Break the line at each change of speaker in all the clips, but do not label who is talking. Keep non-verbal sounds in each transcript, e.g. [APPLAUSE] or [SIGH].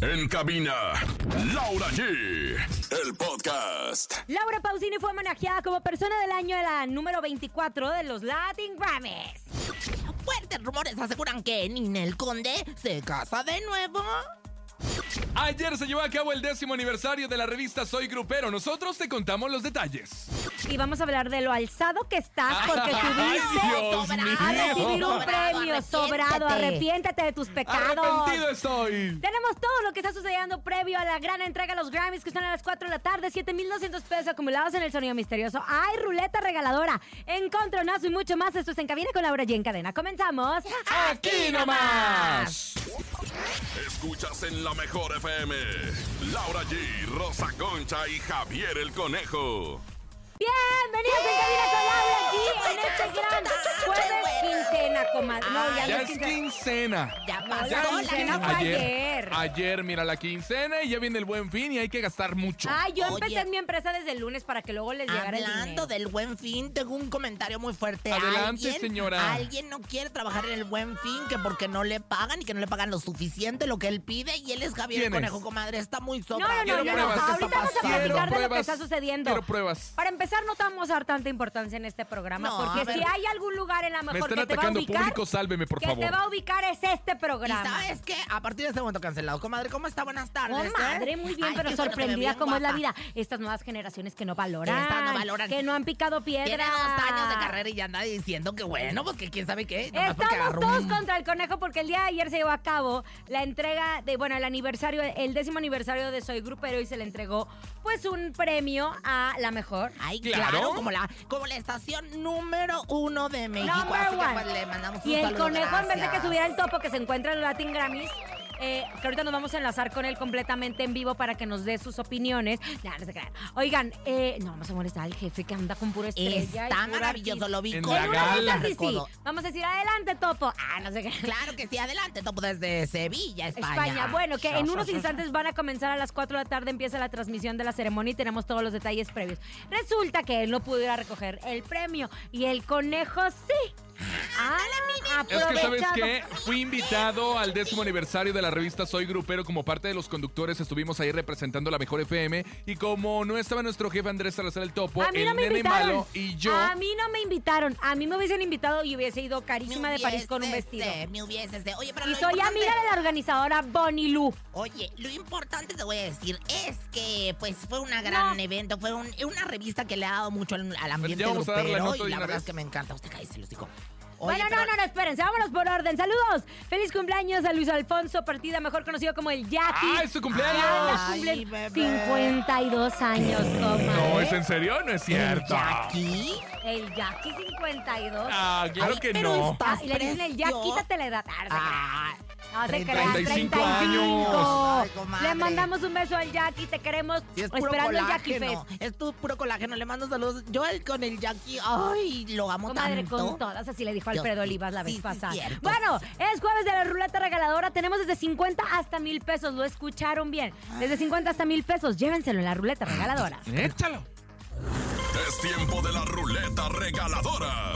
En cabina, Laura G. El podcast.
Laura Pausini fue homenajeada como persona del año de la número 24 de los Latin Grammys.
Fuertes rumores aseguran que Ninel Conde se casa de nuevo.
Ayer se llevó a cabo el décimo aniversario de la revista Soy Grupero. Nosotros te contamos los detalles.
Y vamos a hablar de lo alzado que estás
[LAUGHS]
porque subiste
Dios
a
mío!
recibir un premio sobrado. Arrepiéntete de tus pecados.
¡Arrepentido estoy!
Tenemos todo lo que está sucediendo previo a la gran entrega de los Grammys que están a las 4 de la tarde. 7.200 pesos acumulados en el sonido misterioso. Hay ruleta regaladora, encontronazo y mucho más. Esto es En Cabina con Laura G en Cadena. Comenzamos.
¡Aquí nomás!
Escuchas en la mejor FM. Laura G, Rosa Concha y Javier el Conejo.
Bienvenidos en Cabina con Laura G en este gran jueves quincena, comadre. No, ya no
Ya
es
es
quincena.
quincena.
Ya
No,
pasó
la
la
quincena fue
noche.
ayer.
Ayer, mira, la quincena y ya viene el buen fin y hay que gastar mucho.
Ah, yo
Oye.
empecé en mi empresa desde el lunes para que luego les llegara el dinero.
Hablando del buen fin, tengo un comentario muy fuerte.
Adelante,
¿Alguien-
señora.
Alguien no quiere trabajar en el buen fin, que porque no le pagan y que no le pagan lo suficiente, lo que él pide, y él es Javier el
¿Quién es?
Conejo, comadre. Está muy
No,
sobra.
no, no, no,
Quiero
no.
pruebas, ¿qué
Ahorita vamos
está
a
pasando?
platicar de lo que
Quiero
está
pruebas,
sucediendo.
quiero pruebas.
Para empezar, no te vamos a dar tanta importancia en este programa,
No, a
porque
ver.
si hay algún lugar en la
Me
mejor
están
que te va a
atacando,
ubicar,
público, sálveme, por
que
favor.
te va a ubicar es este
Y
programa.
sabes qué? A partir de este momento cancelado. Comadre, ¿cómo está? Buenas tardes. ¿eh?
Comadre, muy bien,
Ay,
pero
qué bueno que me vi
sorprendida
bien
como es la
guapa.
vida. Estas nuevas generaciones que no valoran,
Estas no valoran.
que no han picado piedra.
Tiene dos años de carrera y ya anda diciendo que bueno, pues que quién sabe qué. nomás porque
Estamos
agarró
todos
un-
contra el conejo porque el día de ayer se llevó a cabo la entrega de, bueno, el aniversario, el décimo aniversario de Soy Grupero y se le entregó pues un premio a la mejor.
Ay,
Claro.
claro, como, la, como la estación número uno de México.
Number
Así que
one.
pues, le mandamos un
Y el
saludo,
conejo, en vez de que
gracias.
subiera el topo que se encuentra en los Latin Grammys, eh, que ahorita nos vamos a enlazar con él completamente en vivo para que nos dé sus opiniones. Nah, no se crean. Oigan, eh, no vamos a molestar al jefe que anda con puro estrella. y
Está
puro
maravilloso, lo vi
En
con
la
En una de
gala.
esas sí, sí. Vamos a decir, adelante, topo. Ah, no sé qué.
Claro que sí, adelante, topo desde Sevilla, España.
España. Bueno, que en unos instantes van a comenzar a las 4 de la tarde, empieza la transmisión de la ceremonia y tenemos todos los detalles previos. Resulta que él no pudo ir a recoger el premio y el conejo sí. Ah,
Es que, ¿sabes
aprovechado.
qué? Fui invitado al décimo aniversario de la revista Soy Grupero. Como parte de los conductores, estuvimos ahí representando la mejor FM. Y como no estaba nuestro jefe Andrés Salazar el Topo,
A mí
el
no me
nene
invitaron.
malo y yo.
A mí no me invitaron. A mí me hubiesen invitado y hubiese ido
Me
carísima de París con un
hubiese,
vestido.
Me hubiese, este, oye, pero
Y
lo
soy
importante-
amiga de la organizadora Bonnie Lu.
Oye, lo importante te voy a decir es que pues fue una gran
No.
evento, fue un- una revista que le ha dado mucho al, al ambiente
ya vamos a darle
grupero
nota de
y la
una
verdad
vez.
es que me encanta. Usted cállese, los digo.
bueno, no, no, no, espérense, vámonos por orden. Saludos. Feliz cumpleaños a Luis Alfonso Partida, mejor conocido como el Jackie.
¡Ah, es su cumpleaños!
Ah, Ya
Ay,
cumplen
bebé.
52 años, comadre.
No, ¿es en serio? No es cierto.
Jackie.
El Jackie 52.
Ah, claro
Ay,
que
pero
no.
está-
Ah, y le dicen el Jack,
precioso.
quítate la edad. Ah,
Ah,
no se crean, no se
35
crean, 35.
Ay, comadre.
Le mandamos un beso al Jackie, te queremos
sí, es puro
esperando el Jackie Fest.
colágeno. Es tu puro colágeno. Le mando saludos. Yo el- con el Jackie, ay, lo amo
Comadre,
tanto.
con todas, así le dijo Alfredo
Dios, sí,
Olivas la
sí,
vez
sí,
pasada.
cierto.
bueno, es jueves de la ruleta regaladora. Tenemos desde 50 hasta mil pesos. Lo escucharon bien.
Ah.
Desde 50 hasta mil pesos. Llévenselo en la ruleta regaladora.
¿Eh? Échalo.
Es tiempo de la ruleta regaladora.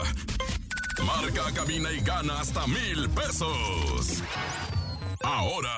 Marca, cabina y gana hasta mil pesos. Ahora.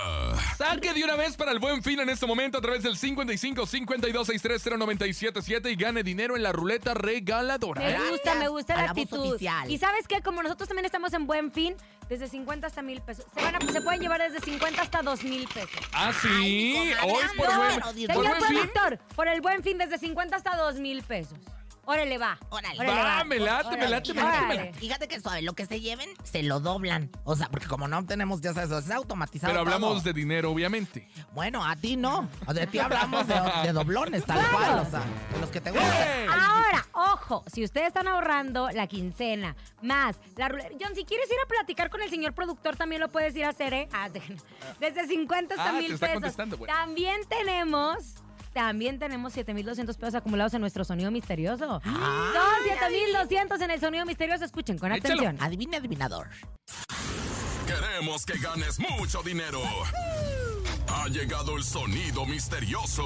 Saque de una vez para el buen fin en este momento a través del 55 52 63 977 y gane dinero en la ruleta regaladora.
Me
¿eh?
gusta, me gusta la
a la voz
actitud.
oficial.
Y sabes que como nosotros también estamos en buen fin, desde 50 hasta mil pesos. Se, van a- se pueden llevar desde 50 hasta dos mil pesos.
Ah, sí.
Ay, comadre,
Hoy por
ando,
buen,
pero
Señor
por buen fin.
productor, por el buen fin, desde 50 hasta dos mil pesos. Órale, va.
Órale.
Va, me late, me
Órale.
late, me late, me
Órale.
late.
Fíjate que suave, lo que se lleven se lo doblan. O sea, porque como no tenemos, ya sabes, es automatizado.
Pero hablamos
todo.
de dinero, obviamente.
Bueno, a ti no. De ti hablamos de, de doblones, tal cual. O sea, de los que te gustan.
¡Eh!
Ahora, ojo, si ustedes están ahorrando la quincena más la ruleta. John, si quieres ir a platicar con el señor productor, también lo puedes ir a hacer, ¿eh? Ah, [LAUGHS] de- Desde 50 hasta
Ah, te
mil
está
pesos.
contestando, bueno.
También tenemos. También tenemos 7,200 pesos acumulados en nuestro sonido misterioso. Son 7,200 en el sonido misterioso. Escuchen con
Ah, Échalo. Ah,
atención.
Adivina, adivinador.
Queremos que ganes mucho dinero. Ha llegado el sonido misterioso.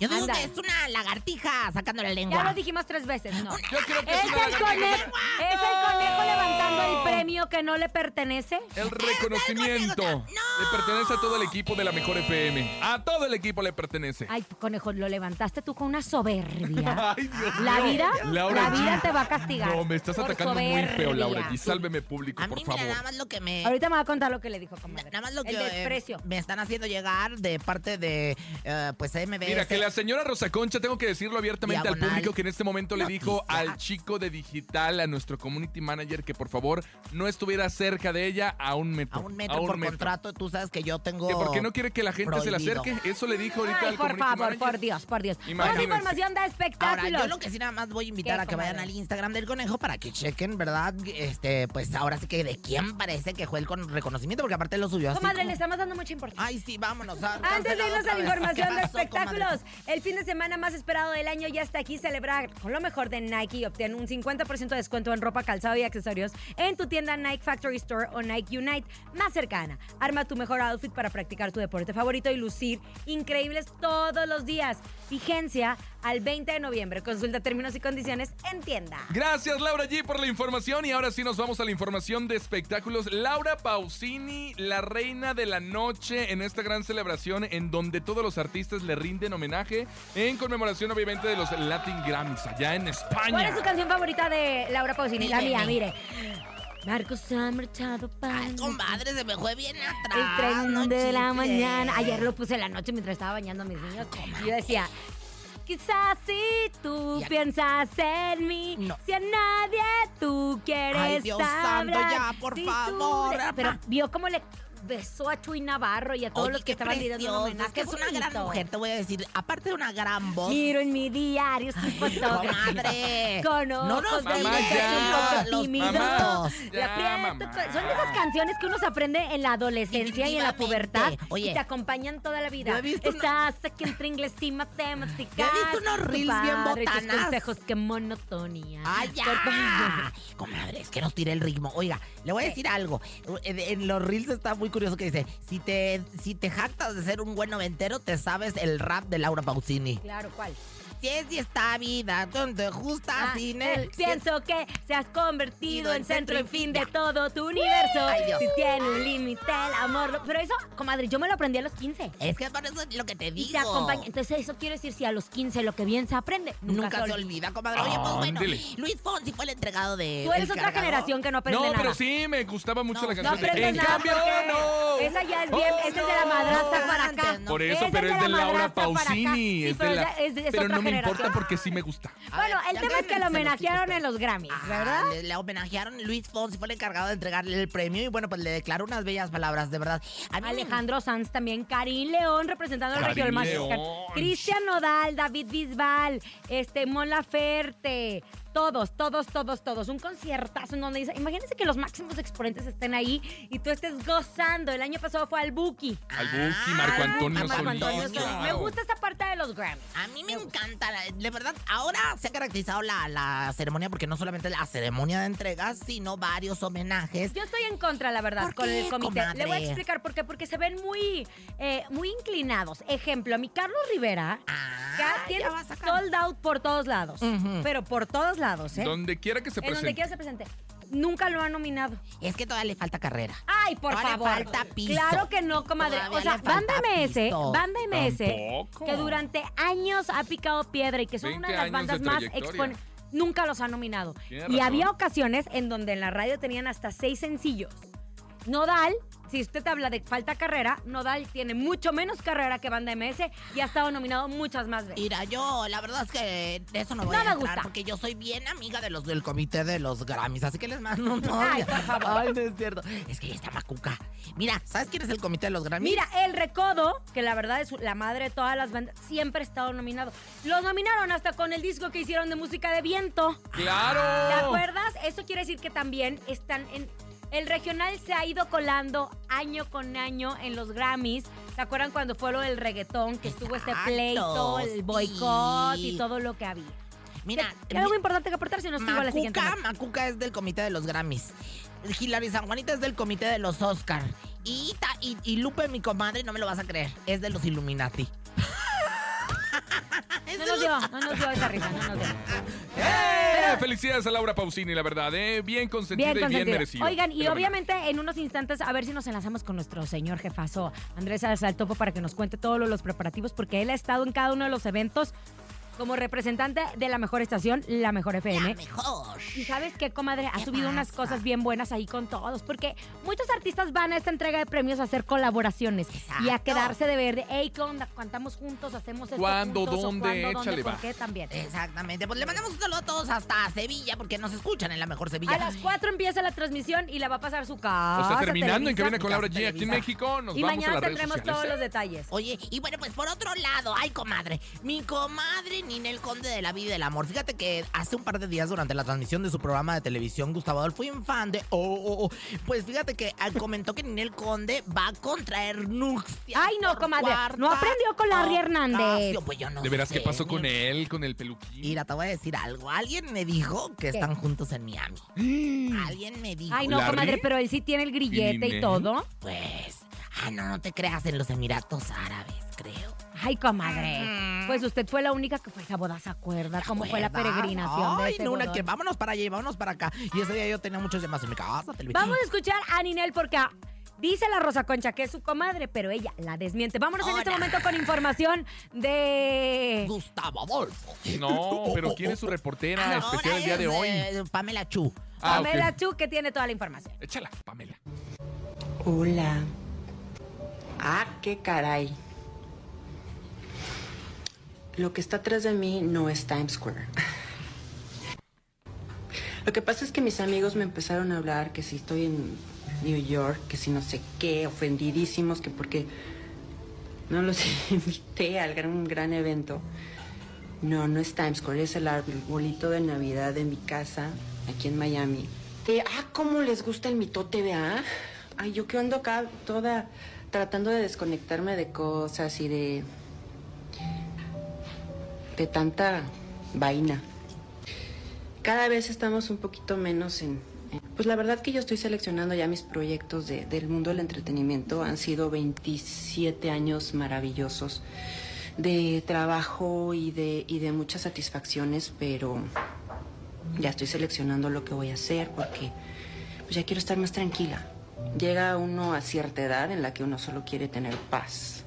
Yo digo
Anda.
que es una lagartija sacando la
Ya lo
lengua.
dijimos tres veces, no.
Yo creo
Este
que
¿Es
es
el,
una lagartija.
conejo, ¿Es el conejo levantando el premio que no le pertenece?
El reconocimiento
¡Es el conejo!
le pertenece a todo el equipo de la mejor FM. A todo el equipo le pertenece.
Ay, conejo, lo levantaste tú con una
[LAUGHS]
soberbia.
Ay, Dios
La
mío.
vida,
Laura
la vida
G.
te va a castigar.
No, me estás
por
atacando muy feo, Laura.
soberbia.
Y sálveme público,
A
por
mí, mira,
favor.
nada más lo que me...
Ahorita me va a contar lo que le dijo, comadre.
Eh, Nada más lo que
El
eh,
desprecio.
me están haciendo llegar de parte de, eh, pues, MBS.
Mira, que la señora Rosa Concha, tengo que decirlo abiertamente al
Diagonal. pues,
público que en este momento le dijo
Noticia.
al chico de digital, a nuestro community manager, que por favor no estuviera cerca de ella a un metro.
A un metro por contrato, tú sabes que yo tengo...
Que por qué no quiere que la gente se le
Prohibido.
acerque. Eso le dijo ahorita
Ay,
al
por
community
favor,
manager.
por Dios, por Dios. Más
Imagínense.
información de
Ahora,
espectáculos.
yo lo que sí nada más voy a invitar
¿Qué,
a que vayan
comadre?
al Instagram del conejo para que chequen, ¿verdad? Este, pues ahora sí que de quién parece que fue el con- reconocimiento, porque aparte lo subió así.
Comadre,
como-
le estamos dando mucha importancia.
Ay, sí, vámonos. ah,
Antes de
cancelado
irnos a
otra
la
vez.
información
¿Qué
de
pasó,
espectáculos,
comadre?
el fin de semana más esperado del año ya está aquí. Celebrar con lo mejor de Nike y obtén un 50% de descuento en ropa, calzado y accesorios en tu tienda Nike Factory Store o Nike Unite más cercana. Arma tu mejor outfit para practicar tu deporte favorito y lucir increíbles todos los días. Vigencia al 20 de noviembre. Consulta términos y condiciones en tienda.
Gracias Laura G por la información y ahora sí nos vamos a la información de espectáculos. Laura Pausini, la reina de la noche en esta gran celebración en donde todos los artistas le rinden homenaje en conmemoración obviamente de los Latin Grammys allá en España.
¿Cuál es su canción favorita de Laura Pausini? La mía,
Míreme.
mire. Marco Summer, Chavo
Ay,
Pan.
compadre, se me fue bien atrás.
El tren
no
de la
chifles.
mañana. Ayer lo puse en la noche mientras estaba bañando a mis niños. Y yo decía, quizás si tú
Ya.
piensas en mí,
No.
si a nadie tú quieres
Ay, Dios santo,
hablar,
ya, por
si tú
favor,
de-".
apa.
Pero vio cómo le besó a Chuy Navarro y a todos
Oye,
los que
qué
estaban liderando un
precioso,
homenaje.
Es que es una
Bonito.
gran mujer, te voy a decir. Aparte de una gran voz.
Miro en mi diario sus fotografías.
Comadre.
Con
No
ojos
nos
de
mamá,
muchacho
ya,
un poco
los
tímido.
mamás,
Le
ya,
aprieto
mamá.
todo. Son de esas canciones que uno se aprende en la adolescencia y en la pubertad
Definitivamente. Oye.
y te acompañan toda la vida.
Yo he visto una-
Estás aquí entre inglés y matemáticas.
Yo he visto unos
Tu
reels bien
padre y tus
botanas.
consejos, qué monotonía.
¡Ay, ya! Comadre, es que nos tiré el ritmo. Oiga, le voy a decir algo. En, en los reels está muy curioso que dice, si te, si te jactas de ser un buen noventero, te sabes el rap de Laura Pausini.
Claro, ¿cuál?
Si es y esta vida, donde justa
Ah,
sin
eh,
él.
Pienso que se has convertido
Ido
en
en
centro y
centro y-
fin de todo tu universo.
Ay, Dios.
Si tiene un límite el amor. lo- Pero eso, comadre, yo me lo aprendí a los 15.
Es que por eso es lo que te digo.
Y te acompaña. Entonces, eso quiere decir, si a los 15 lo que bien se aprende, nunca,
Nunca se olvida, comadre. Oye, pues bueno,
Ándele.
Luis Fonsi fue el entregado de.
Tú eres
el
otra
cargador.
generación que no aprende
no,
nada.
pero sí, me gustaba mucho
No,
la
no
canción.
aprendes
en
nada
cambio,
porque
no.
Esa ya es bien,
Oh,
esa es de la
no.
madrastra para acá.
no.
Por eso,
Esa
pero es de
la
Laura
madrastra para acá.
Pausini.
Sí,
es de
pero
la-
ya es- es
pero
otra
no me importa
generación.
porque sí me gusta.
A
Bueno,
ver,
el
ya
tema es que lo
cálmense los
homenajearon
chicos,
en los Grammys,
Ah,
¿verdad?
Le, le homenajearon Luis Fonsi, fue el encargado de entregarle el premio y bueno, pues le declaró unas bellas palabras, de verdad. A mí me-
Alejandro Sanz también, Karim León representando al
Mm. Karim
región más
León.
Cristian Nodal, David Bisbal, este Mon Laferte, todos, todos, todos, todos. Un conciertazo en donde dice, imagínense que los máximos exponentes estén ahí y tú estés gozando. El año pasado fue al Buki.
Al Buki, Marco
Ay,
Antonio
a Ah, Marco
Solís,
Antonio Solís.
claro.
Me gusta esta parte de los Grammys.
A mí me encanta, la- de verdad, ahora se ha caracterizado la, la ceremonia porque no solamente la ceremonia de entregas, sino varios homenajes.
Yo estoy en contra, la verdad,
¿Por
con
qué,
el comité.
comadre?
Le voy a explicar por qué. Porque se ven muy, eh, muy inclinados. Ejemplo, a mi Carlos Rivera
Ah,
que tiene
ya va a sacar.
sold out por todos lados.
Ujú.
Pero por todos lados, ¿eh?
Donde quiera que se
en donde
presente.
quiera se presente. Nunca lo ha nominado.
Es que todavía le falta carrera.
Ay, por
Todavía
favor.
le falta piso.
Claro que no, comadre.
Todavía
o sea,
le falta
Banda MS,
piso.
Banda MS,
Tampoco.
que durante años ha picado piedra y que son una de
20
las
años de
bandas más
trayectoria.
exponentes. Nunca los ha nominado.
Tiene
Y
razón.
había ocasiones en donde en la radio tenían hasta seis sencillos. Nodal, si usted te habla de falta carrera, Nodal tiene mucho menos carrera que Banda MS y ha estado nominado muchas más veces.
Mira, yo la verdad es que de eso no voy
No
a
me
entrar
gusta.
porque yo soy bien amiga de los del comité de los Grammys, así que les mando un novio.
Ay, por favor.
Ay, no es cierto. Es que ya está macuca. Mira, ¿sabes quién es el comité de los Grammys?
Mira, el recodo, que la verdad es la madre de todas las bandas, siempre ha estado nominado. Los nominaron hasta con el disco que hicieron de música de viento. ¿Te
Oh.
¡Claro!
acuerdas? Eso quiere decir que también están en... El regional se ha ido colando año con año en los Grammys. ¿Se acuerdan cuando fue lo del reggaetón, que estuvo este
Exacto,
pleito, el boicot
sí.
y todo lo que había?
Mira,
Hay algo importante que aportar si no sigo a la siguiente.
Macuca,
nota.
Macuca es del comité de los Grammys. Hilary San Juanita es del comité de los Oscar. Y,
[LAUGHS]
ta- y, y Lupe, mi comadre, no me lo vas a creer, es de los Illuminati.
dio, no nos dio esa risa, no nos dio.
¡Eh! Felicidades a Laura Pausini, la verdad, ¿eh? Bien consentida
Bien
y bien
consentido.
merecido.
Oigan, y
Fenomenal.
obviamente en unos instantes a ver si nos enlazamos con nuestro señor jefazo Andrés Saltopo para que nos cuente todos lo- los preparativos, porque él ha estado en cada uno de los eventos como representante de la mejor estación, la mejor FM.
La mejor.
Y sabes qué, comadre, ha
¿Qué
subido unas
pasa?
cosas bien buenas ahí con todos, porque muchos artistas van a esta entrega de premios a hacer colaboraciones y a
Exacto.
quedarse de verde. Ey, ¿qué onda? Cantamos juntos, hacemos esto
¿Cuándo,
juntos, o
dónde?
cuándo,
Échale,
¿por
va.
qué también?
Exactamente. Pues le mandamos un saludo a todos hasta Sevilla, porque nos escuchan en la mejor Sevilla.
A las 4 empieza la transmisión y la va a pasar su casa.
O sea, terminando en
Televisa.
cabina con Laura G
Televisa.
aquí en México, nos
Y
vamos
mañana
a las redes
tendremos
sociales,
todos
¿eh?
los detalles.
Oye, y bueno, pues por otro lado, ay, comadre, mi comadre Ninel Conde de la Vida y del Amor. Fíjate que hace un par de días durante la transmisión de su programa de televisión, Gustavo Adolfo Infante, oh, oh, oh, pues fíjate que ah, comentó que Ninel Conde va a contraer nupcias.
Ay, no,
por
comadre, no
cuarta
aprendió con Larry Hernández.
ocasión. Pues yo no
De veras, ¿qué
sé,
pasó
ni-
con él, con el peluquín?
Mira, te voy a decir algo. Alguien me dijo que
¿Qué?
están juntos en Miami.
[GASPS]
Alguien me dijo.
Ay, no,
¿Larry?
comadre, pero él sí tiene el grillete y
Ninel?
todo.
Pues, ah, no, no te creas en los Emiratos Árabes, creo.
Ay, comadre.
Mm.
Pues usted fue la única que fue a esa boda, ¿se acuerda? ¿Cómo fue la
¿Verdad?
peregrinación de
Ay,
ese
no, una
bodón?
que vámonos para allá y vámonos para acá. Y ese día yo tenía muchos llamados en mi casa. televisión.
Vamos a escuchar a Ninel porque ah, dice la Rosa Concha que es su comadre, pero ella la desmiente. Vámonos en este
Hola.
momento con información de...
Gustavo Adolfo. Ah,
No, pero ¿quién es su
Ah,
reportera
Ahora
especial el día de
es,
hoy?
eh, Pamela Chu.
Ah, ok.
Pamela Chu, que tiene toda la información.
Échala, Pamela.
Hola. Ah, qué caray. Lo que está atrás de mí no es Times Square. Lo que pasa es que mis amigos me empezaron a hablar que si estoy en New York, que si no sé qué, ofendidísimos, que porque no los [LAUGHS] invité al gran, un gran evento. No, no es Times Square, es el arbolito de Navidad de mi casa, aquí en Miami. De, ah, cómo les gusta el mitote, vea. Ay, yo que ando acá toda tratando de desconectarme de cosas y de. de tanta vaina. Cada vez estamos un poquito menos en. en- Pues la verdad que yo estoy seleccionando ya mis proyectos de- del mundo del entretenimiento. Han sido 27 años maravillosos de trabajo y de, y de muchas satisfacciones, pero ya estoy seleccionando lo que voy a hacer porque pues, ya quiero estar más tranquila. Llega uno a cierta edad en la que uno solo quiere tener paz.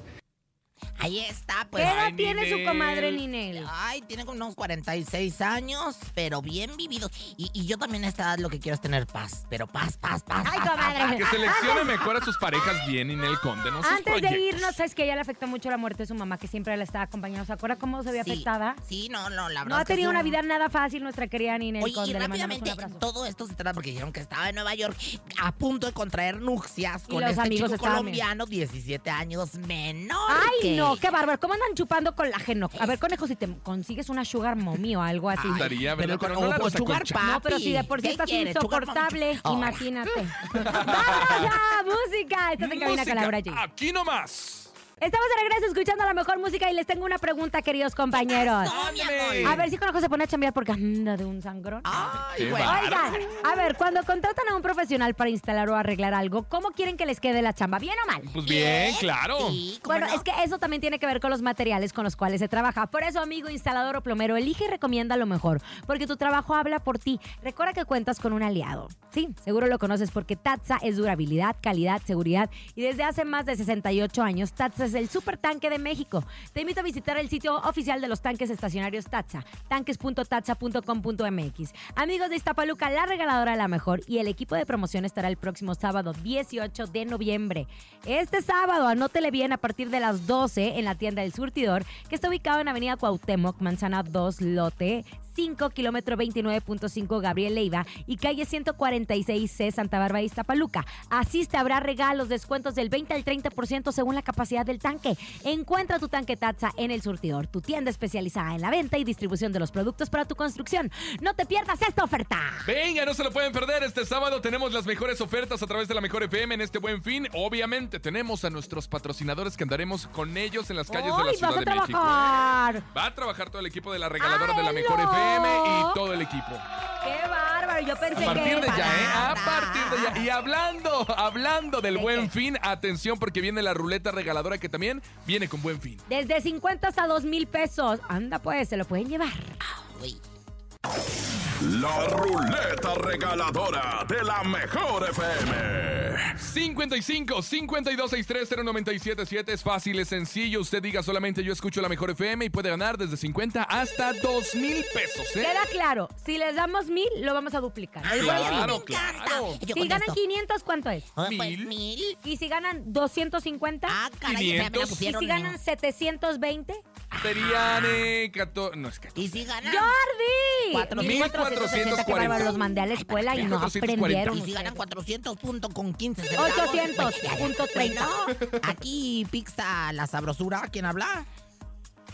Ahí está,
¿Qué
pues.
edad
ay,
tiene su
Ninel.
comadre Ninel?
Ay, tiene como unos 46 años, pero bien vividos. Y, y yo también a esta edad lo que quiero es tener paz. Pero paz, paz, paz.
Ay,
paz, paz,
comadre.
Que seleccione mejor a sus parejas bien, Inel Conde, no sus
Antes de
proyectos.
irnos, ¿sabes que A ella le afectó mucho la muerte de su mamá, que siempre la estaba acompañando. ¿Se acuerda cómo se
Sí,
había afectada?
Sí, no, no, la verdad.
No ha
es que
tenido
sí.
una vida nada fácil nuestra querida Ninel
Oye,
Conde.
y
Le mandamos un
rápidamente,
abrazo.
todo esto se trata porque dijeron que estaba en Nueva York a punto de contraer nupcias
Y
con
los
este
amigos
chico
estaban
colombiano, 17 años menor.
Ay,
que
no,
ella.
qué bárbaro. ¿Cómo andan chupando colágeno? A ver, conejo, si te consigues una sugar mommy o algo así.
Ay,
Estaría, ¿verdad?
Pero,
Pero
con-
no
o-
la
o
Rosa
sugar
Concha.
papi.
No, pero si de por sí
¿Qué
estás
quieres, sugar mami?
insoportable,
Oh.
imagínate. [LAUGHS] ¡Vamos ya! ¡Música! Estás en cabina con
Música,
Laura G.
Aquí nomás.
Estamos de regreso escuchando la mejor música y les tengo una pregunta, queridos compañeros.
No, mi amor.
Ándale.
A ver si Conejo se pone a chambear porque anda de un sangrón.
Ay,
Qué
güey.
bárbaro.
Oigan, a ver, cuando contratan a un profesional para instalar o arreglar algo, ¿cómo quieren que les quede la chamba? ¿Bien o mal?
Pues bien, claro.
Sí, ¿cómo
Bueno,
no?
es que eso también tiene que ver con los materiales con los cuales se trabaja. Por eso, amigo instalador o plomero, elige y recomienda lo mejor, porque tu trabajo habla por ti. Recuerda que cuentas con un aliado. Sí, seguro lo conoces porque Tatsa es durabilidad, calidad, seguridad y desde hace más de 68 años Tatsa es el supertanque de México. Te invito a visitar el sitio oficial de los tanques estacionarios Tatsa, tanques.tatsa.com.mx. Amigos de Iztapaluca, la regaladora la mejor y el equipo de promoción estará el próximo sábado 18 de noviembre. Este sábado, anótele bien a partir de las 12 en la tienda del surtidor, que está ubicado en Avenida Cuauhtémoc, Manzana 2, Lote 5, kilómetro 29.5, Gabriel Leiva y calle 146C, Santa Bárbara, Iztapaluca. Asiste, habrá regalos, descuentos del 20 al 30% según la capacidad del tanque. Encuentra tu tanque Tatsa en el surtidor, tu tienda especializada en la venta y distribución de los productos para tu construcción. No te pierdas esta oferta.
Venga, no se lo pueden perder. Este sábado tenemos las mejores ofertas a través de la Mejor FM en este buen fin. Obviamente tenemos a nuestros patrocinadores que andaremos con ellos en las calles de la
Hoy
Ciudad
vas a
de México.
trabajar!
Va a trabajar todo el equipo de la regaladora de la
¡Ay,
Mejor
no!
FM y todo el equipo.
¡Qué bárbaro! pero yo pensé
A partir
Pues que.
de ya, ¿eh? A
Palabra.
partir de ya. Y hablando, hablando del
¿De
buen
qué?
fin, atención porque viene la ruleta regaladora que también viene con buen fin.
Desde 50 hasta 2 mil pesos. Anda, pues, se lo pueden llevar.
Uy.
La ruleta regaladora de la mejor FM.
55 52 63 0977 es fácil, es sencillo. Usted diga solamente yo escucho la mejor FM y puede ganar desde 50 hasta 2 mil pesos. ¿eh?
Queda claro, si les damos mil, lo vamos a duplicar.
Ah,
Ay,
Claro,
me encanta.
claro.
Yo
Si
con
ganan
esto.
500, ¿cuánto es?
Ah, pues,
Mil.
mil.
Y si ganan 250.
Ah, caray, ya me la
500.
y
pusieron.
si
en-
ganan 720.
Serían eh, 14. No, es que.
Y si ganan.
¡Jordi!
1440.
Qué bárbaro, los mandé a la escuela y no
1440.
aprendieron.
Y si ganan 400 puntos con pues, 15
800 punto 30.
Bueno, aquí pizza la sabrosura. ¿Quién habla?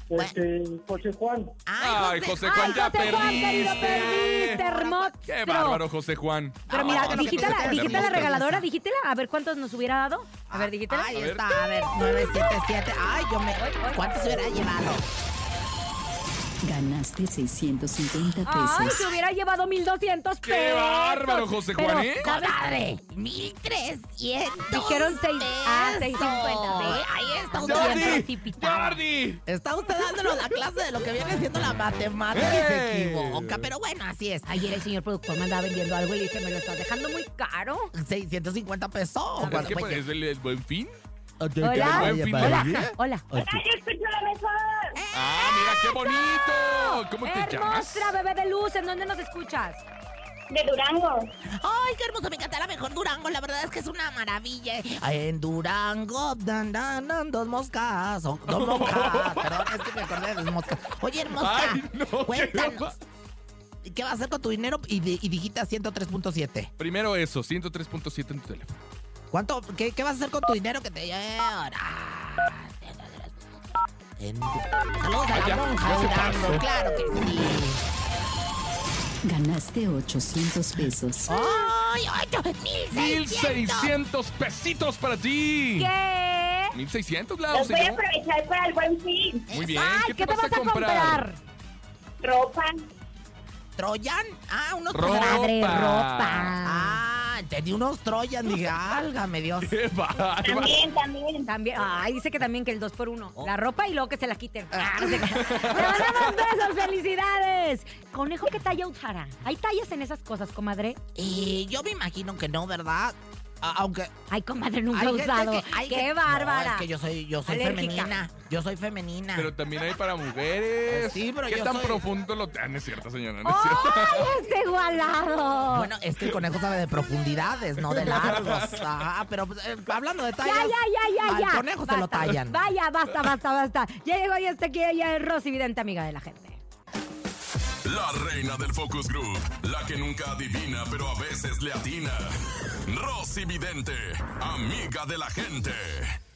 Pues
Este, José Juan,
Ay, José
Ay,
Juan, ya
José Juan, querido,
perdiste.
perdiste, hermoso.
Qué bárbaro, José Juan.
Pero
Ah,
mira,
bueno,
digita
que tú
la,
seas
digita la
hermosa.
regaladora, digítela. A ver cuántos nos hubiera dado. A ver, digítela.
Ahí
A ver.
está, a ver, 977. Ay, yo me. ¿Cuántos hubiera llevado?
Ganaste 650
Ay,
pesos.
se hubiera llevado 1200 pesos.
Qué bárbaro, José Juan,
Pero,
¿eh?
¿sabes?
¡Padre! ¡1300!
Dijeron seis- ah,
pesos.
650, sí.
Ahí está usted.
Jordi.
dando-
precipitado.
¡Jordi!
Está usted dándonos la clase de lo que viene siendo la matemática
Eh.
y se
¡Ey!
equivoca. Pero bueno, así es. Ay,
Ayer el señor productor me andaba vendiendo algo y le dije, me lo estás dejando muy caro.
650 pesos.
¿Es
pues
que es el, el buen fin?
Hola,
buen fin de
hola,
ayer.
hola.
¡Ah, mira qué bonito! ¿Cómo te llamas?
Hermosa bebé de luz, ¿en dónde nos escuchas?
De Durango.
Ay, qué hermoso, me encanta la mejor Durango, la verdad es que es una maravilla. En Durango, dan, dan, dan, dos moscas, son-
[LAUGHS]
dos moscas, perdón, es que me acordé de dos moscas. Oye, hermosa,
Ay, no, qué
cuéntanos,
guapa.
¿qué vas a hacer con tu dinero? Y, di- y dijiste a 103.7.
Primero eso, 103.7 en tu teléfono.
¿Cuánto, qué, qué vas a hacer con tu dinero que te lleva ahora? En- Saludos a la
Ah, ya,
monja
ya se
Durango,
pasó.
claro que sí.
Ganaste 800 pesos.
¡Ay, ocho, mil seiscientos!
1.600 pesitos para ti.
¿Qué?
1.600, Lau,
Los voy a
señor.
aprovechar para el buen fin.
Muy bien,
Ay,
¿qué te, vas, a comprar?
Ropa.
¿Troyan? Ah, unos
Ropa.
Madre ropa.
Ah, tenía unos Troyan, dije, álgame Dios.
¡Qué bárbaro!
También, también.
También, ay, dice que también que el 2 por 1 La ropa y luego que se la quiten. Ah, no sé qué. ¡Le mandamos besos! ¡Felicidades! Conejo, ¿qué talla usará? ¿Hay tallas en esas cosas, comadre?
Y yo me imagino que no, ¿verdad? A- aunque.
Ay, comadre, nunca he
gente
usado.
hay
¡Qué
gente-
bárbara!
No, es que yo soy, yo soy
Alérgica.
femenina. Yo soy femenina.
Pero también hay para mujeres.
Pues Sí, pero
¿Qué
yo
tan
soy-
profundo lo te... Ah, no es cierto, señora, no es cierto.
¡Ay, este igualado!
Bueno, es que el conejo sabe de profundidades, no de largos. Ajá, pero eh, hablando de tallas.
Ya, ya, ya, ya,
al
ya.
conejo se lo
Basta.
tallan.
Vaya, basta, basta, basta. Ya llegó y hasta aquí ella es Rosy Vidente, amiga de la gente.
La reina del Focus Group. La que nunca adivina, pero a veces le atina. Rosy Vidente, amiga de la gente.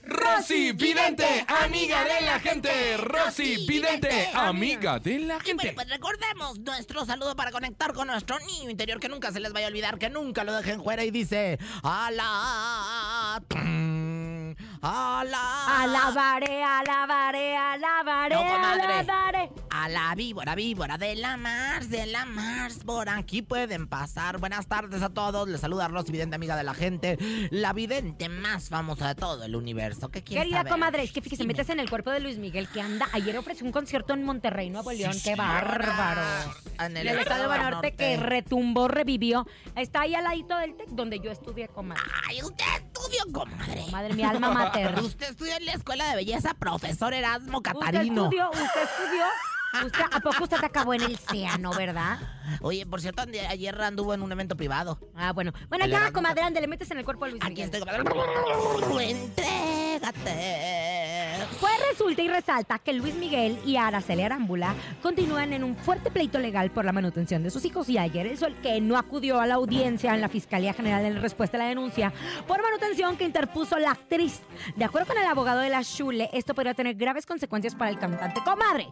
Rosy Vidente, amiga de la gente. Rosy Vidente, amiga de la
Y bueno,
gente.
pues recordemos nuestro saludo para conectar con nuestro niño interior que nunca se les vaya a olvidar, que nunca lo dejen fuera y dice, ala, tum, ala,
Alabaré, alabaré, alabaré,
No, comadre.
alabaré.
a la víbora, víbora de la Mars, de la Mars, por aquí pueden pasar. Buenas tardes a todos, les saluda Rosy, vidente amiga de la gente, la vidente más famosa de todo el universo. ¿Qué quieres
Querida
saber?
comadre, es que fíjese,
Dime.
metes en el cuerpo de Luis Miguel que anda. Ayer ofreció un concierto en Monterrey, Nuevo León. ¡Qué bárbaro!
En
El, estado de
norte.
Norte que retumbó, revivió. Está ahí al ladito del TEC donde yo estudié, comadre.
Ay, usted estudió, comadre.
Madre, mi
[LAUGHS]
alma mater.
Usted estudió en la escuela de belleza, profesor Erasmo
Usted
Catarino.
estudió, usted estudió. Usted, ¿A poco usted acabó en el océano, verdad?
Oye, por cierto, ande- ayer anduvo en un evento privado.
Ah, bueno. Bueno,
El
ya,
Erasmo.
comadre, ande, le metes en el cuerpo a Luis
Aquí
Miguel.
estoy. comadre. Entrégate.
Pues resulta y resalta que Luis Miguel y Araceli Arámbula continúan en un fuerte pleito legal por la manutención de sus hijos y ayer el sol que no acudió a la audiencia en la Fiscalía General en respuesta a la denuncia por manutención que interpuso la actriz. De acuerdo con el abogado de la Shule, esto podría tener graves consecuencias para el cantante. ¡Comadre!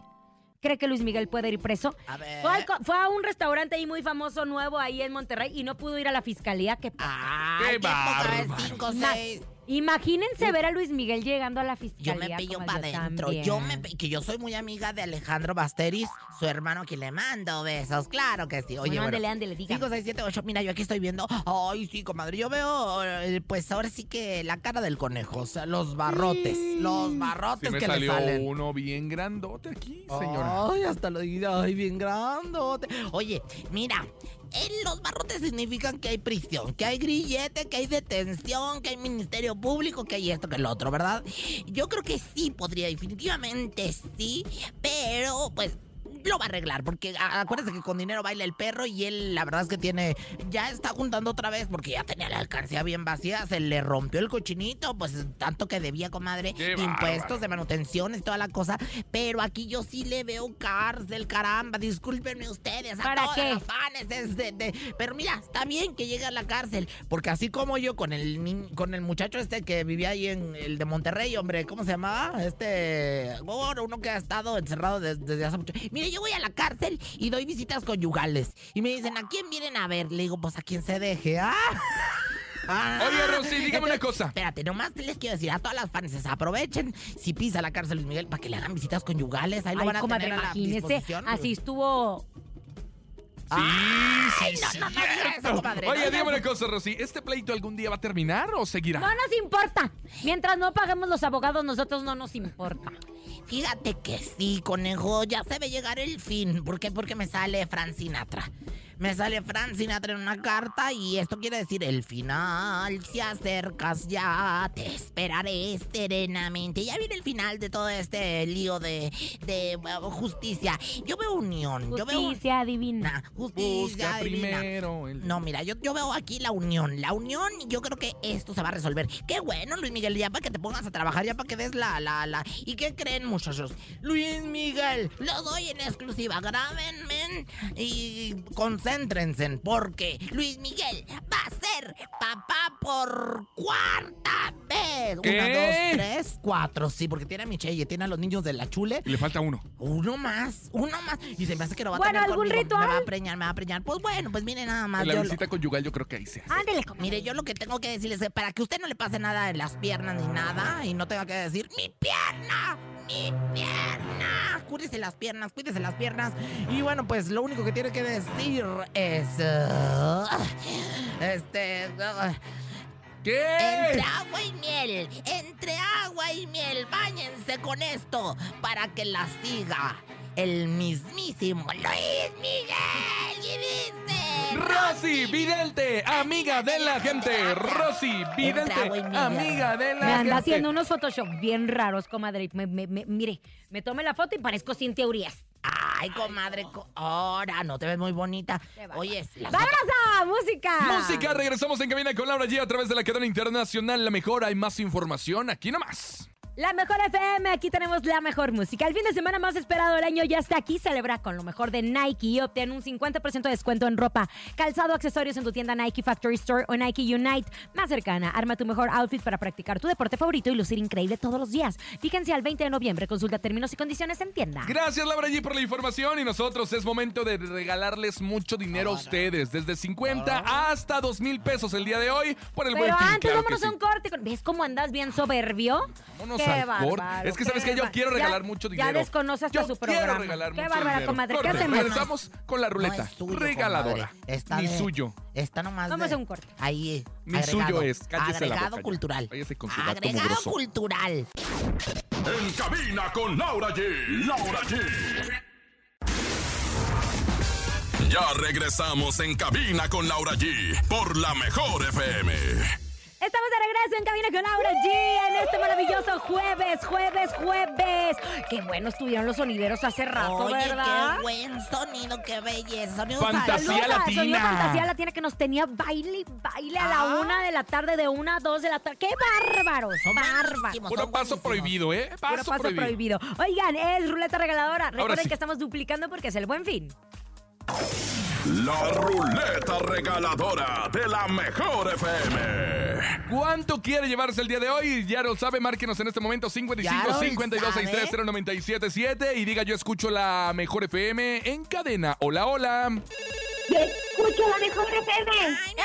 ¿Cree que Luis Miguel puede ir preso?
A ver.
Fue, al co- fue a un restaurante ahí muy famoso nuevo ahí en Monterrey y no pudo ir a la fiscalía. que
Ay, ¿quién
Qué
pudo haber
bárbaro.
cinco,
Na-
seis.
Imagínense ver a Luis Miguel llegando a la fiscalía.
Yo me pillo
comadre,
para
yo
adentro.
también.
Yo me que yo soy muy amiga de Alejandro Basteris, su hermano que le mando besos. Claro que sí.
Bueno,
Oye, bueno,
ándele, ándele, dígame.
5, 6, 7, 8. Mira, yo aquí estoy viendo. Ay, sí, comadre. Yo veo, eh, pues ahora sí que la cara del conejo. O sea, los barrotes. Los barrotes
Sí me
que le
salió
salen.
uno bien grandote aquí,
Oh.
señora.
Ay, hasta lo dije, ay, bien grandote. Oye, mira, en los barrotes significan que hay prisión, que hay grillete, que hay detención, que hay ministerio público, que hay esto, que el otro, ¿verdad? Yo creo que sí podría, definitivamente sí, pero pues lo va a arreglar, porque a- acuérdense que con dinero baila el perro y él la verdad es que tiene, ya está juntando otra vez porque ya tenía la alcancía bien vacía, se le rompió el cochinito, pues tanto que debía, comadre,
¡Qué bárbaro!
impuestos de manutenciones, toda la cosa, pero aquí yo sí le veo cárcel, caramba, discúlpenme ustedes, a
¿Para
todos
qué?
los fanes, es de- de- pero mira, está bien que llegue a la cárcel, porque así como yo con el, ni- con el muchacho este que vivía ahí en el de Monterrey, hombre, ¿cómo se llamaba? Este, bueno, uno que ha estado encerrado des- desde hace mucho. Mire, yo voy a la cárcel y doy visitas conyugales, y me dicen, ¿a quién vienen a ver? Le digo, pues a quien se deje, ¿ah? [LAUGHS] Ah.
Oye, Rosy, dígame una cosa.
Espérate, nomás les quiero decir a todas las fans, aprovechen si pisa la cárcel Luis Miguel para que le hagan visitas conyugales, ahí lo
Ay,
van a
comadre,
tener a la
imagínese,
disposición.
así
[LAUGHS]
estuvo
Sí,
Ay,
sí,
no,
sí,
no, no diga
cierto.
eso, comadre, no
Oye,
diga
dígame una
eso.
cosa, Rosy. ¿Este pleito algún día va a terminar o seguirá?
No nos importa. Mientras no paguemos los abogados, nosotros no nos importa.
Fíjate que sí, conejo, ya se ve llegar el fin. ¿Por qué? Porque me sale Fran Sinatra. Me sale Fran Sinatra en una carta y esto quiere decir el final. Si acercas ya, te esperaré serenamente. Ya viene el final de todo este lío de, de eh, justicia. Yo veo unión, yo veo
Justicia divina.
Nah, justicia
Busca
divina.
primero el...
No, mira, yo, yo veo aquí la unión. La unión, yo creo que esto se va a resolver. Qué bueno, Luis Miguel, ya para que te pongas a trabajar, ya para que des la, la, la. ¿Y qué creen, muchachos? Luis Miguel, lo doy en exclusiva. Grábenme y concéntrense, porque Luis Miguel va a ser papá por cuarta vez.
¿Qué?
Una, dos, tres, cuatro. Sí, porque tiene a Michelle, tiene a los niños de la chule.
Y le falta uno.
Uno más, uno más. Y se me hace que no va a
Bueno,
tener
¿algún
conmigo. Me va
ritual?
a preñar, me va a preñar. Pues bueno, pues mire nada
Ah,
más.
En la
yo lo-
visita conyugal yo creo que ahí se hace.
Ándele, comadre.
Mire, yo lo que tengo que decirles es para que usted no le pase nada en las piernas ni nada y no tenga que decir mi pierna, mi pierna. Cuídese las piernas, cuídese las piernas. Y bueno, pues lo único que tiene que decir es eh, este eh, entre
¿Qué?
agua y miel, entre agua y miel, báñense con esto para que la siga el mismísimo Luis Miguel. Y dice,
Rosy Vidente, amiga de la gente. Rosy Vidente,
Entra, güey, mira.
amiga de la
Me
gente.
anda haciendo unos Photoshop bien raros, comadre. Me- me- me- mire, me tomé la foto y parezco Cintia Urias.
Ay, comadre, co- ahora no te ves muy bonita.
Qué bárbara.
Oye, las-
¡Vámonos a música!
Música, regresamos en cabina con Laura G a través de la cadena internacional. La mejor, hay más información aquí nomás.
La mejor FM, aquí tenemos la mejor música. El fin de semana más esperado del año ya está aquí. Celebra con lo mejor de Nike y obtén un 50% de descuento en ropa, calzado, accesorios en tu tienda Nike Factory Store o Nike Unite más cercana. Arma tu mejor outfit para practicar tu deporte favorito y lucir increíble todos los días. Fíjense al 20 de noviembre. Consulta términos y condiciones en tienda.
Gracias, Laura G, por la información. Y nosotros es momento de regalarles mucho dinero a ustedes. Desde 50 hasta 2 mil pesos el día de hoy por el buen
Pero
fin.
antes
claro que
vámonos a
sí.
un corte. con- ¿Ves cómo andas bien soberbio?
Vámonos
Qué
al
bárbaro,
corte. Es que sabes que yo
bárbaro.
quiero
Ya-
regalar mucho dinero.
Ya desconoce hasta
yo
su programa.
Quiero regalar
Qué
mucho
bárbara,
dinero.
comadre. ¿Qué
Corte,
hacemos?
Regresamos con la ruleta.
No es suyo,
regaladora.
comadre. Está
Ni
de-
suyo.
Está nomás
Vamos
de-
a un corte.
Ahí.
Ni
agregado.
suyo es. Cállese la
agregado
boca ya.
cultural.
Váyase con su gato
agregado
mugroso.
cultural.
En cabina con Laura G. Laura G. Ya regresamos en cabina con Laura G. Por la mejor FM.
Estamos de regreso en Cabina con Laura G en este maravilloso jueves, jueves, jueves. Qué bueno estuvieron los sonideros hace rato,
Oye,
¿verdad?
qué buen sonido, qué belleza. Sonido
Fantasía
salud.
Saludos al Sonido
Latina.
Fantasía Latina que nos tenía baile y baile a la
Ah.
una de la tarde, de una a dos de la tarde. ¡Qué bárbaros!
Son
¡Bárbaros!
buenísimos,
Puro
son
paso
buenísimos.
prohibido, ¿eh? Paso,
Puro paso
prohibido.
prohibido. Oigan, es ruleta regaladora. Recuerden
sí.
que estamos duplicando porque es el buen fin.
La ruleta regaladora de la mejor FM.
¿Cuánto quiere llevarse el día de hoy? Ya lo sabe, márquenos en este momento
Ya
55
lo
52 63
sabe.
0977 y diga yo escucho la mejor FM en cadena. Hola, hola.
Yo escucho la mejor FM.
Ay, no,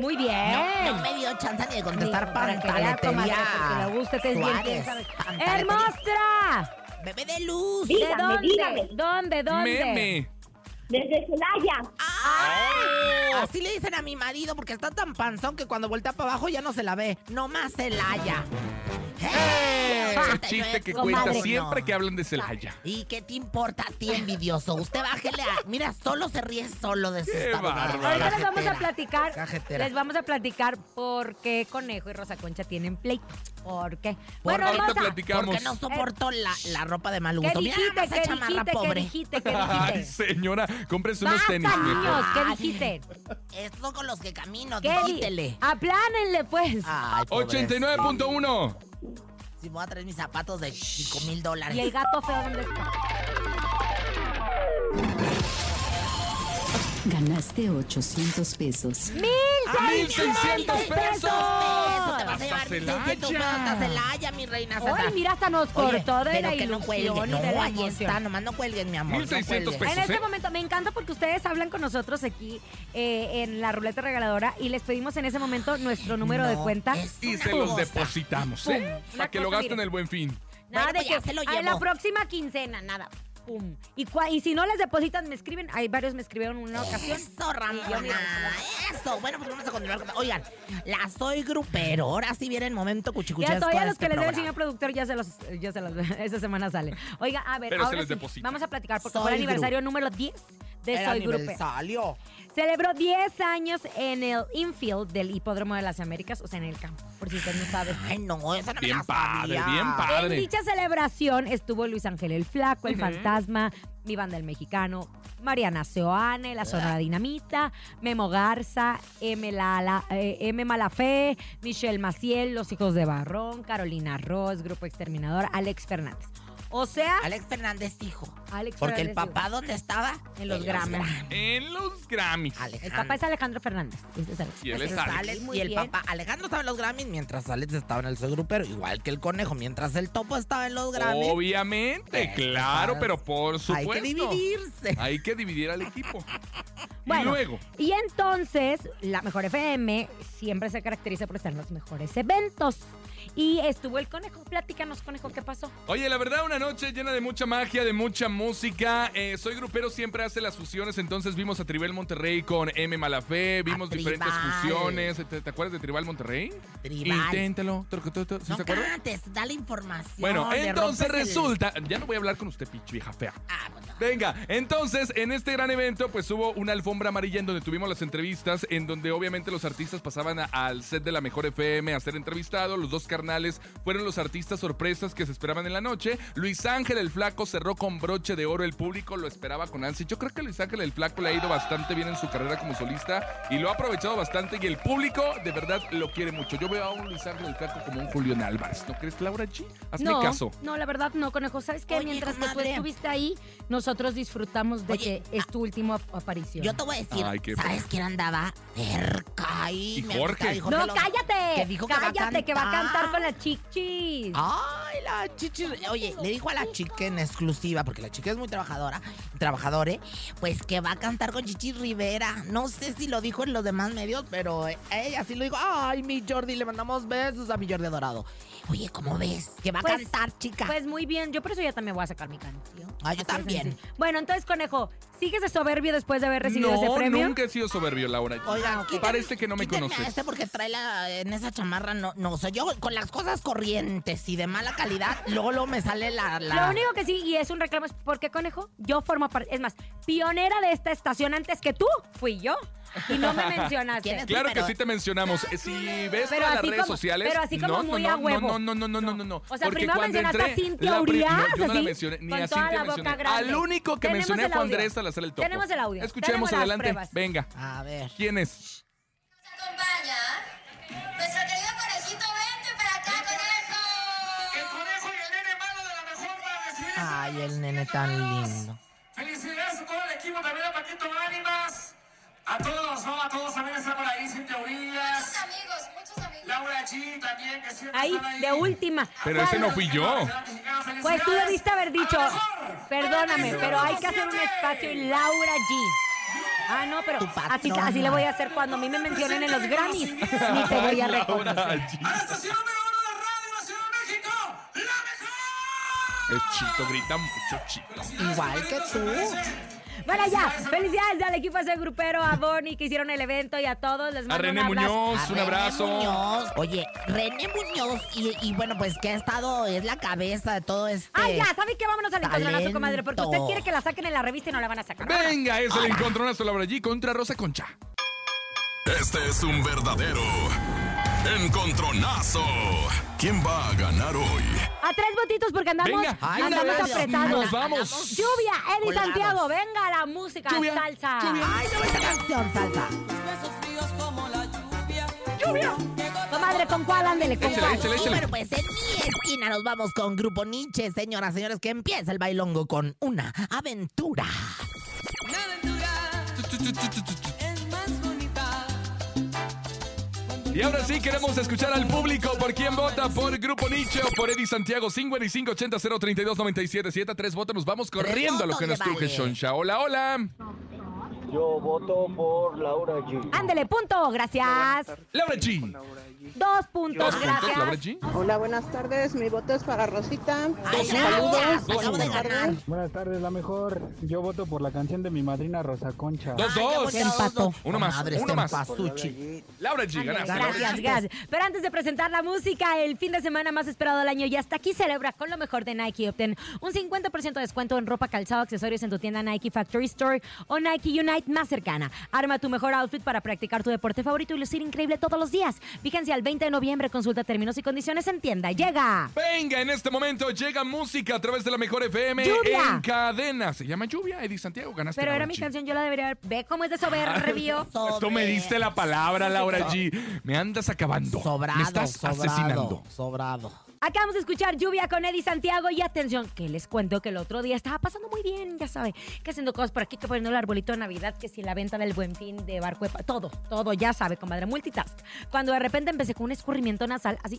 Muy bien.
No, no me dio chance ni de contestar
Digo,
para
que vea, comadre, porque
pantaletería.
le gusta, este que es bien,
Suárez,
quién sabe.
pantaletería.
¡Hermostra!
Bebé de luz.
Sí.
¿De
Dígame,
dónde?
dígame.
¿Dónde? ¿Dónde?
Meme.
Desde Celaya.
¡Ay!
Oh.
Así le dicen a mi marido porque está tan panzón que cuando voltea para abajo ya no se la ve. Nomás se la halla. ¡Eh!
Ah,
Es un chiste que
comadre.
cuenta siempre que hablan de Celaya.
¿Y qué te importa a ti, envidioso? Usted bájele a... Mira, solo se ríe solo de sus
Qué
tarugadas.
bárbaro.
Ahorita les vamos a
Cajetera.
platicar.
Cajetera.
Les vamos a platicar por qué Conejo y Rosa Concha tienen pleito. ¿Por qué? Bueno,
Ahorita
hermosa,
platicamos.
Porque no soporto la, la ropa de mal
¿qué
gusto. Mira nada más
dijiste?
esa
¿Qué
chamarra
dijiste? ¿Qué
pobre.
dijiste? ¿Qué
Ay,
dijiste?
señora, cómprese unos
Basta,
tenis. mejor.
niños, ¿qué dijiste?
Esto con los que camino,
¿Qué di-
quítele. Ah,
Aplánenle, pues.
Ay, pobrecito.
89.1.
Si me voy a traer mis zapatos de 5 mil dólares.
¿Y el gato feo dónde
Ah,
está?
Ganaste 800 pesos.
¡Mil seiscientos pesos!
Eso te vas a
Hasta
llevar
Celaya.
600 pesos hasta Celaya, mi reina
Hoy,
santa.
mira, hasta nos
ah. Oye,
cortó de la
pero que
ilusión
no cuelguen.
y de
No,
la
ahí
emoción.
está. Nomás no cuelguen, mi amor. no
1600
cuelguen.
pesos.
En este
¿eh?
momento me encanta porque ustedes hablan con nosotros aquí eh, en la ruleta regaladora y les pedimos en ese momento nuestro número de
No,
cuenta.
es
Y
una
se los
cosa.
depositamos, ¿eh?
Pum, una
Para que lo
cosa,
gasten
mire.
el buen fin.
Nada
Bueno,
de
pues ya
que
se lo
"Ay, la
llevó".
próxima quincena, nada. Pum. Y, cua- y si no les depositan, me escriben. Hay varios me escribieron en una ocasión.
Eso,
yo mira,
Ramona. Eso. Bueno, pues vamos a continuar. con- Oigan, la soy grupero. Ahora sí viene el momento
Ya
cuchicuchesco
todavía
de
los que
este
les dé el
programa.
señor productor ya se los, ya se los, [LAUGHS] esa semana sale. Oiga, a ver,
Pero se
ahora
les
sí,
deposita.
vamos a platicar porque
Soy
fue el aniversario número 10 de
El
Soy Grupe.
aniversario.
Celebró 10 años en el infield del Hipódromo de las Américas, o sea, en el campo, por si usted no sabe.
Ay, no, esa no me
Bien
la
padre,
sabía.
bien
En
padre.
dicha celebración estuvo Luis Ángel el Flaco, el
Ujú.
Fantasma, mi banda el Mexicano, Mariana Seoane, la Sonora Dinamita, Memo Garza, M. Lala- eh, M. Malafé, Michelle Maciel, Los Hijos de Barrón, Carolina Ross, Grupo Exterminador, Alex Fernández. O sea,
Alex Fernández dijo.
Alex
Porque el
Fernández, digo.
papá, ¿dónde estaba?
En los Grammys.
En los Grammys.
El papá es Alejandro Fernández. Este es Alex.
Y él
Ese
es
es
Alex.
Alex
Muy
y el
bien.
papá Alejandro estaba en los Grammys mientras Alex estaba en el soy grupero, igual que el conejo, mientras el topo estaba en los Grammys.
Obviamente,
Pues,
claro,
claro.
pero por supuesto. Ah,
Hay que dividirse.
Hay que dividir al equipo.
Bueno.
y luego,
Y entonces, la Mejor FM siempre se caracteriza por estar en los mejores eventos. Y estuvo el conejo. Platícanos, conejo, ¿qué pasó?
oye, la verdad, una noche llena de mucha magia, de mucha música. Eh, soy grupero, siempre hace las fusiones. Entonces vimos a Tribal Monterrey con M. Malafé, vimos diferentes
Tribal.
fusiones. ¿Te, te acuerdas de Tribal Monterrey?
Tribal.
Inténtalo. Tru- tru- tru- ¿Sí
no
se acuerdan?
cantes, da la información.
Bueno,
le
entonces
rompes el-
resulta. Ya no voy a hablar con usted, pinche vieja fea.
Ah, bueno.
Venga, entonces en este gran evento pues hubo una alfombra amarilla en donde tuvimos las entrevistas, en donde obviamente los artistas pasaban a- al set de la mejor FM a ser entrevistados, los dos carnales fueron los artistas sorpresas que se esperaban en la noche, Luis Ángel el Flaco cerró con broche de oro, el público lo esperaba con ansia, yo creo que Luis Ángel el Flaco le ha ido bastante bien en su carrera como solista y lo ha aprovechado bastante y el público de verdad lo quiere mucho, yo veo a un Luis Ángel el Flaco como un Julián Álvarez, ¿no crees Laura G? Hazme
no,
caso.
no, la verdad no, conejo. ¿Sabes qué?
Oye,
Mientras que tú
comadre.
estuviste ahí, nosotros disfrutamos de
Oye,
que es tu última ap- aparición.
Yo te voy a decir,
Ay, qué
¿sabes quién andaba cerca? Y,
Y Jorge.
no, cállate.
que dijo que va a
cállate, que va a cantar Ah,
cantar.
con la chichis.
Ay, la chichi. Oye, le dijo a la chica en exclusiva, porque la chica es muy trabajadora, trabajadore, pues que va a cantar con Chichi Rivera. No sé si lo dijo en los demás medios, pero eh, ella sí lo dijo. Ay, mi Jordi, le mandamos besos a mi Jordi Dorado. Oye, ¿cómo ves? Que va
Pues,
a cantar, chica.
Pues muy bien, yo por eso ya también voy a sacar mi canción.
Ah,
Así
yo
de
también.
sencillo. Bueno, entonces, conejo, ¿sigues de soberbio después de haber recibido
no,
ese premio?
nunca he sido soberbio, Laura. G.
Ah,
Oigan, quítenme-
Parece que no me
quítenme a
conoces.
Este porque trae la, en esa chamarra, no, no, soy yo con las cosas corrientes y de mala calidad, luego, luego me sale la... la-
Lo único que sí, y es un reclamo, es porque, conejo, yo formo parte. Es más, pionera de esta estación antes que tú fui yo. Y no
[LAUGHS]
me mencionaste.
¿Quién es?
Claro que
Pero-
sí
[LAUGHS]
te mencionamos. Eh, Si ves
Pero
todas las
así
redes
como-
sociales.
pero así como
no,
muy
no,
a
no,
huevo.
No, no, no, no, no, no, no.
O sea,
Porque
primero
cuando
mencionaste
entré,
a Cintia
la pri-
Urias,
no, yo no la
así,
mencioné, ni
con
a
toda
Cintia
la boca
mencioné.
grande.
Al único que
Tenemos
mencioné
el
fue
audio.
Andrés Salazar el Topo.
Tenemos el audio. Tenemos
Escuchemos
las
adelante.
pruebas.
Venga.
A ver.
¿Quién es?
acompaña nuestro querido conejito, vente para acá, conejo.
El conejo y el nene malo de la mejor para recibir esta
Ay, el nene tan lindo.
Felicidades a todo el equipo, también a Paquito Ánimas, a todos, ¿no? A todos también están por ahí, Cintia Urias,
Muchos amigos, muchos amigos.
Laura G también, que siempre
Ahí,
están ahí.
de última.
Pero ese no fui yo.
Pues tú debiste haber dicho,
A la mejor.
perdóname,
Felicidades,
pero hay que hacer un
siete.
espacio y Laura G. Ah, no, pero
Tu patrona.
así, así le voy a hacer cuando a mí me mencionen en los Grammys. Ni te voy a reconocer.
A la estación número uno de Radio Nacional de México, la mejor.
El chito grita mucho, chito.
Igual que tú.
Bueno, ya. Felicidades al equipo ese grupero, a Bonnie que hicieron el evento y a todos. Les mando
A René
un abrazo.
Muñoz,
A
un
René
abrazo.
Muñoz. Oye, René Muñoz, y, y bueno, pues que ha estado, es la cabeza de todo este.
Ah, ya, ¿sabe qué? Vámonos al encontronazo,
Talento.
comadre, porque usted quiere que la saquen en la revista y no la van a sacar.
Venga, es el encontronazo la allí contra Rosa Concha.
Este es un verdadero encontronazo. ¿Quién va a ganar hoy?
A tres votitos porque andamos,
Venga.
Ay,
andamos
no, no, no.
apretados.
Nos vamos.
Lluvia, Eddie
Colgados.
Santiago, venga la música,
Lluvia,
salsa.
Ay, no, esta canción, salsa.
Comadre, ¿con cuál? Ándele, con
Échale,
cuál.
échale,
Y
échale.
bueno, pues en mi esquina nos vamos con Grupo Nietzsche, señoras, señores, que empieza el bailongo con una aventura.
Y ahora sí queremos escuchar al público por quién vota por Grupo Nietzsche o por Eddie Santiago 5580 032 97 7 tres votos. Nos vamos corriendo a lo que nos
votos le
truje
vale.
Shonsha. Hola, hola.
Yo voto por Laura G.
Ándele, punto, gracias.
Laura G.
Dos puntos,
Dos puntos, Laura
gracias.
G.
Hola, buenas tardes. Mi voto es para Rosita.
Ay, bravo, acabo de ganar.
Buenas tardes, la mejor. Yo voto por la canción de mi madrina Rosa Concha.
Dos, dos.
Se empató.
Uno más,
Madre,
uno
se
más.
empasuchi.
Laura G,
Ándele,
ganaste. Laura
Gracias,
G.
gracias. Pero antes de presentar la música, el fin de semana más esperado del año y hasta aquí celebra con lo mejor de Nike. Obtén un 50% de descuento en ropa, calzado, accesorios en tu tienda Nike Factory Store o Nike Unite más cercana. Arma tu mejor outfit para practicar tu deporte favorito y lucir increíble todos los días. Fíjense al 20 de noviembre, consulta términos y condiciones en tienda. ¡Llega!
Venga, en este momento llega música a través de la mejor FM
Lluvia.
en cadena. Se llama Lluvia, Eddie Santiago. Ganaste.
Pero
Laura
era mi
G.
canción, yo la debería haber. Ve cómo es de soberbio.
Tú me diste la palabra, Laura G. Me andas acabando.
Sobrado,
me estás
sobrado,
asesinando.
Sobrado.
Acabamos de escuchar Lluvia con Eddie Santiago y atención, que les cuento que el otro día estaba pasando muy bien, ya sabe, que haciendo cosas por aquí, que poniendo el arbolito de Navidad, que si la venta del buen fin de barco, de Pa- todo, todo, ya sabe, comadre, multitask. Cuando de repente empecé con un escurrimiento nasal, así,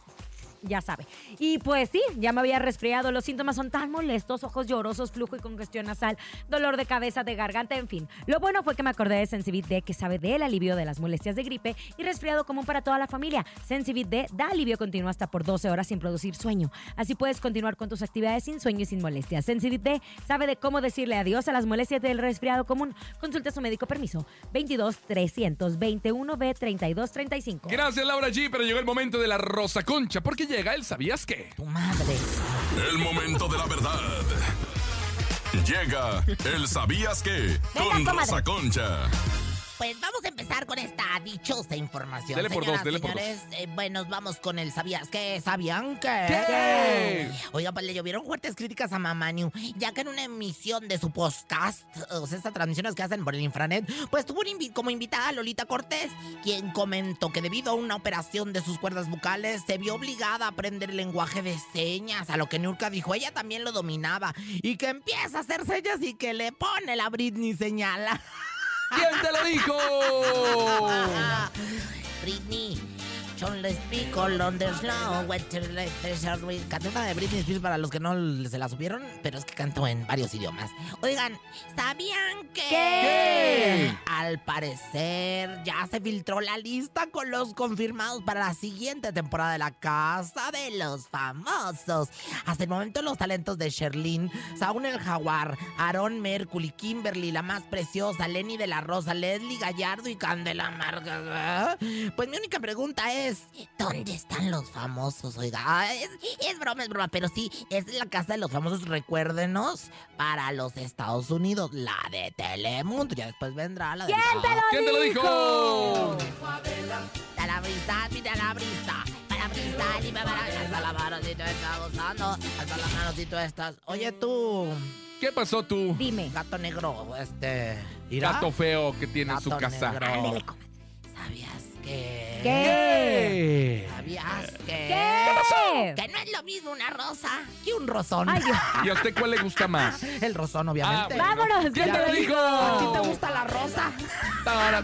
ya sabe. Y pues sí, ya me había resfriado, los síntomas son tan molestos, ojos llorosos, flujo y congestión nasal, dolor de cabeza, de garganta, en fin. Lo bueno fue que me acordé de Sensibit D, que sabe del alivio de las molestias de gripe y resfriado común para toda la familia. Sensibit D da alivio continuo hasta por 12 horas sin producir sueño. Así puedes continuar con tus actividades sin sueño y sin molestias. Sensibit D sabe de cómo decirle adiós a las molestias del resfriado común. Consulta a su médico permiso 22 321 B 32 35.
Gracias, Laura G. Pero llegó el momento de la Rosa Concha. Porque llega el ¿Sabías qué?
Tu madre.
El momento de la verdad. Llega el sabías que con
Venga, comadre.
Rosa Concha.
Pues vamos a empezar con esta dichosa información.
Dele por
Señoras,
dos, dele por
señores, eh, bueno, vamos con el ¿Sabías qué? ¿Sabían qué?
¿Qué?
Oiga, pues le llovieron fuertes críticas a Mamaniu, ya que en una emisión de su podcast, o sea, estas transmisiones que hacen por el infranet, pues tuvo un invi- como invitada a Lolita Cortés, quien comentó que debido a una operación de sus cuerdas vocales, se vio obligada a aprender el lenguaje de señas, a lo que Nurka dijo, ella también lo dominaba, y que empieza a hacer señas y que le pone la Britney señala.
¿Quién te lo dijo?
[LAUGHS] Britney. John Les Pico, London Slow, Winter Light, Treasure Reef. Canté una de Britney Spears para los que no l- se la supieron, pero es que canto en varios idiomas. Oigan, ¿sabían que
¿Qué?
al parecer ya se filtró la lista con los confirmados para la siguiente temporada de La Casa de los Famosos? Hasta el momento los talentos de Sherlyn, Saúl el Jaguar, Aaron Mercury, Kimberly, la más preciosa, Lenny de la Rosa, Leslie Gallardo y Candela Marga. ¿verdad? Pues mi única pregunta es, ¿dónde están los famosos? Oiga, Ah, es, es broma, es broma, pero sí, es la casa de los famosos, recuérdenos, para los Estados Unidos, la de Telemundo, ya después vendrá la de...
¿Quién te lo
¿Quién te lo dijo?
Para la brisa, mira la brisa. Para brisa, y para Alza la mano si tú estás gozando. Alza la mano si tú estás. Oye, tú,
¿Qué pasó tú?
Dime.
gato negro, este. ¿irá?
Gato feo que tiene en su
Gato
casa.
negro. Ah.
Ándele, comadre.
¿Sabías que.?
¿Qué?
¿Qué?
¿Sabías que.?
¿Qué?
Que no es lo mismo una rosa que un rosón.
Ay, Dios.
¿Y a usted cuál le gusta más?
[LAUGHS] El rosón, obviamente.
Ah, bueno.
Vámonos,
¿Quién
ya
te lo
lo
dijo?
¿A ti te gusta la rosa?
Tara,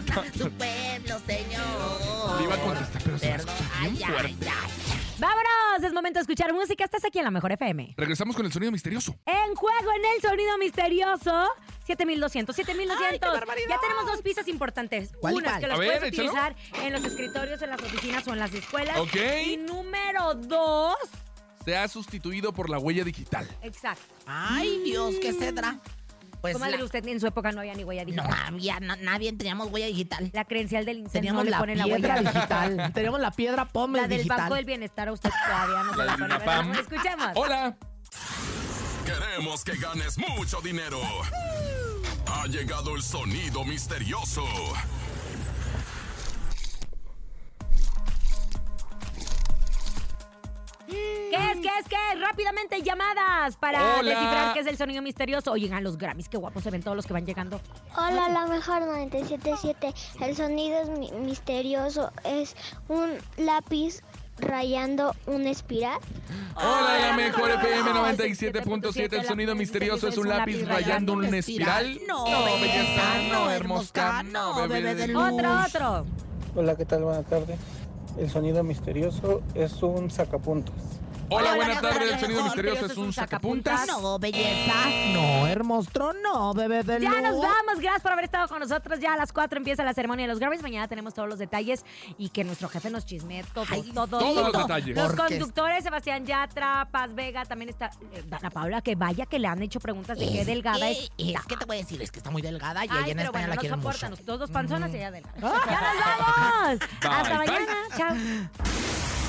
[LAUGHS]
ta-
Su pueblo, señor.
Le iba a contestar, pero se me
Perdón.
escucha bien
Ay, ay,
fuerte.
ay, ay.
Vámonos, es momento de escuchar música. Estás aquí en la Mejor FM.
Regresamos con el sonido misterioso.
En juego en el sonido misterioso. 7200, 7200.
barbaridad!
Ya tenemos dos pistas importantes.
¿Cuál y
Una es
cuál?
que
A
las
ver,
puedes
échalo.
utilizar en los escritorios, en las oficinas o en las escuelas.
Ok.
Y número dos.
Se ha sustituido por la huella digital.
Exacto.
Ay, Dios, ¿qué cedra? Pues
Comadre,
la-
usted en su época no había ni huella
no
digital.
había, na- nadie teníamos huella digital.
La credencial del incendio
Teníamos
no le
la
ponen la
piedra
huella
digital. Teníamos la piedra Pómez
La del
digital.
Banco del Bienestar a usted todavía no se
La
la
del
ponen,
INAPAM.
¿verdad? Escuchemos.
Hola.
Queremos que ganes mucho dinero. Ha llegado el sonido misterioso.
¿Qué es? ¿Qué es? ¿Qué es? Rápidamente llamadas para
Hola.
descifrar qué es el sonido misterioso. Oye, a los Grammys, qué guapos se ven todos los que van llegando.
Hola, la mejor 977. El sonido es mi- misterioso. Es un lápiz rayando una espiral.
Hola, la mejor FM
97.7.
97.7. El sonido misterioso es un lápiz rayando un espiral. Oh,
No, belleza, no, hermosca, no, bebé de luz.
Otro, otro.
Hola, ¿qué tal? Buenas tardes. El sonido misterioso es un sacapuntas.
Hola,
buenas
buenas tardes. El
tardes,
sonido
mejor,
misterioso es un sacapuntas.
oh,
No, belleza, no, hermoso, no, bebé de luz.
Ya nos vamos, gracias por haber estado con nosotros. Ya a las 4 empieza la ceremonia de los Grammys. Mañana tenemos todos los detalles y que nuestro jefe nos chisme todo,
Ay,
todo,
todos los
todo.
detalles.
Los
Porque-
conductores, Sebastián Yatra, Paz Vega, también está eh, Dana Paula, que vaya que le han hecho preguntas de qué
Es
delgada
que-
es.
Es que te voy a decir, es que está muy delgada Eh, y ella
Ay,
en
pero
España
bueno,
la
no
quieren
soportan.
mucho.
Los dos panzonas y ella adelante. ¡Ya nos vamos!
[LAUGHS]
Hasta
Bye, bye.
mañana. Chao.